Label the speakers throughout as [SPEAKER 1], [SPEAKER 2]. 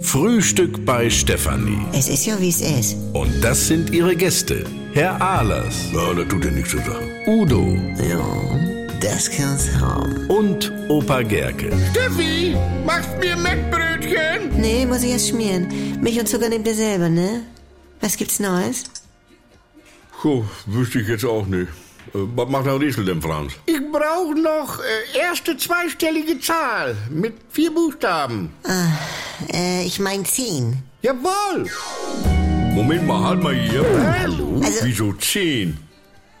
[SPEAKER 1] Frühstück bei Stefanie.
[SPEAKER 2] Es ist ja, wie es ist.
[SPEAKER 1] Und das sind ihre Gäste. Herr Ahlers. Ja, da tut er nichts zu sagen. Udo
[SPEAKER 2] Ja, das kann's haben.
[SPEAKER 1] und Opa Gerke.
[SPEAKER 3] Steffi, machst mir Mettbrötchen?
[SPEAKER 2] Nee, muss ich erst schmieren. Milch und Zucker nehmt ihr selber, ne? Was gibt's Neues?
[SPEAKER 3] Puh, wüsste ich jetzt auch
[SPEAKER 1] äh,
[SPEAKER 3] nicht. Was macht der Riesel denn, Franz? Ich brauche noch äh, erste zweistellige Zahl mit vier Buchstaben.
[SPEAKER 2] Äh, ich mein ziehen.
[SPEAKER 3] Jawohl! Moment mal, halt mal hier. Hallo?
[SPEAKER 2] Also-
[SPEAKER 3] Wieso zehn?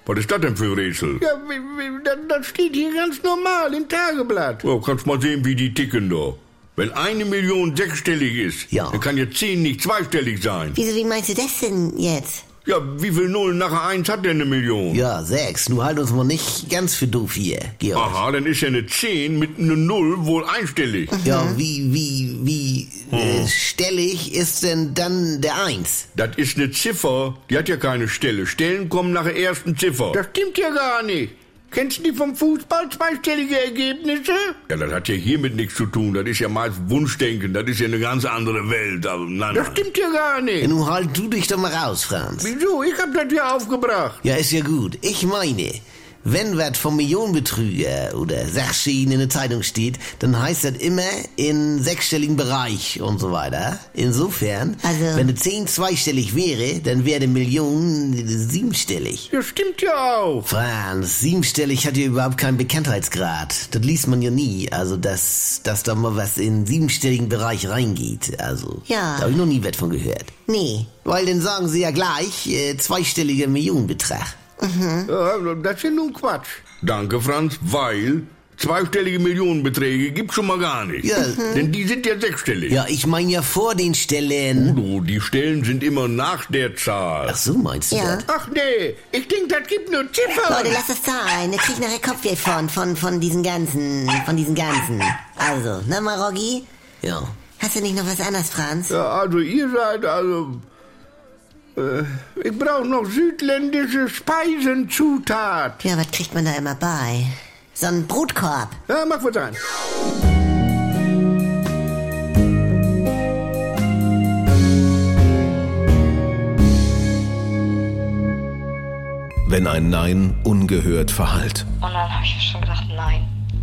[SPEAKER 3] Was ist das denn für ein Rätsel? Ja, das steht hier ganz normal im Tageblatt. Ja, kannst mal sehen, wie die ticken da. Wenn eine Million sechsstellig ist,
[SPEAKER 2] Ja.
[SPEAKER 3] dann kann ja zehn nicht zweistellig sein.
[SPEAKER 2] Wieso, wie meinst du das denn jetzt?
[SPEAKER 3] Ja, wie viel Nullen nachher eins hat denn eine Million?
[SPEAKER 4] Ja, sechs. Nun halt uns mal nicht ganz für doof hier, Georg.
[SPEAKER 3] Aha, dann ist ja eine 10 mit einer 0 wohl einstellig.
[SPEAKER 4] Ja, wie, wie, wie äh, stellig ist denn dann der Eins?
[SPEAKER 3] Das ist eine Ziffer, die hat ja keine Stelle. Stellen kommen nach der ersten Ziffer. Das stimmt ja gar nicht. Kennst du die vom Fußball zweistellige Ergebnisse? Ja, das hat ja hiermit nichts zu tun. Das ist ja meist Wunschdenken. Das ist ja eine ganz andere Welt. Also, nein, das stimmt ja gar
[SPEAKER 4] Ja,
[SPEAKER 3] nicht.
[SPEAKER 4] nun halt du dich doch mal raus, Franz.
[SPEAKER 3] Wieso? Ich hab das ja aufgebracht.
[SPEAKER 4] Ja, ist ja gut. Ich meine, wenn was vom Millionenbetrüger oder Sachschäden in der Zeitung steht, dann heißt das immer in sechsstelligen Bereich und so weiter. Insofern,
[SPEAKER 2] Also-
[SPEAKER 4] wenn eine zehn zweistellig wäre, dann wäre eine Million siebenstellig.
[SPEAKER 3] Das stimmt ja auch.
[SPEAKER 4] Franz, siebenstellig hat ja überhaupt keinen Bekanntheitsgrad. Das liest man ja nie. Also, dass, dass da mal was in den siebenstelligen Bereich reingeht. Also,
[SPEAKER 2] Ja.
[SPEAKER 4] da habe ich noch nie was von gehört.
[SPEAKER 2] Nee.
[SPEAKER 4] Weil dann sagen sie ja gleich, äh, zweistelliger Millionenbetrag.
[SPEAKER 3] Ja, das ist ja nun Quatsch. Danke, Franz, weil zweistellige Millionenbeträge gibt's schon mal gar nicht. Mhm.
[SPEAKER 4] Ja.
[SPEAKER 3] Denn die sind ja sechsstellig.
[SPEAKER 4] Ja, ich meine ja vor den Stellen.
[SPEAKER 3] Udo, die Stellen sind immer nach der Zahl.
[SPEAKER 4] Ach so, meinst du
[SPEAKER 2] Ja.
[SPEAKER 4] das?
[SPEAKER 3] Ach nee, ich denk, das gibt nur Ziffern.
[SPEAKER 2] Leute, lasst es sein. Ich krieg nachher Kopfweh von, von, von diesen ganzen, von diesen ganzen. Also, ne, Maroggi?
[SPEAKER 4] Ja.
[SPEAKER 2] Hast du nicht noch was anderes, Franz?
[SPEAKER 3] Ja, also ihr seid also... Äh, ich brauche noch südländische Speisenzutat.
[SPEAKER 2] Ja, was kriegt man da immer bei? So ein Brotkorb.
[SPEAKER 3] Ja, mach was an.
[SPEAKER 5] Wenn ein Nein ungehört verhallt.
[SPEAKER 6] Und dann habe ich mir schon gedacht, nein.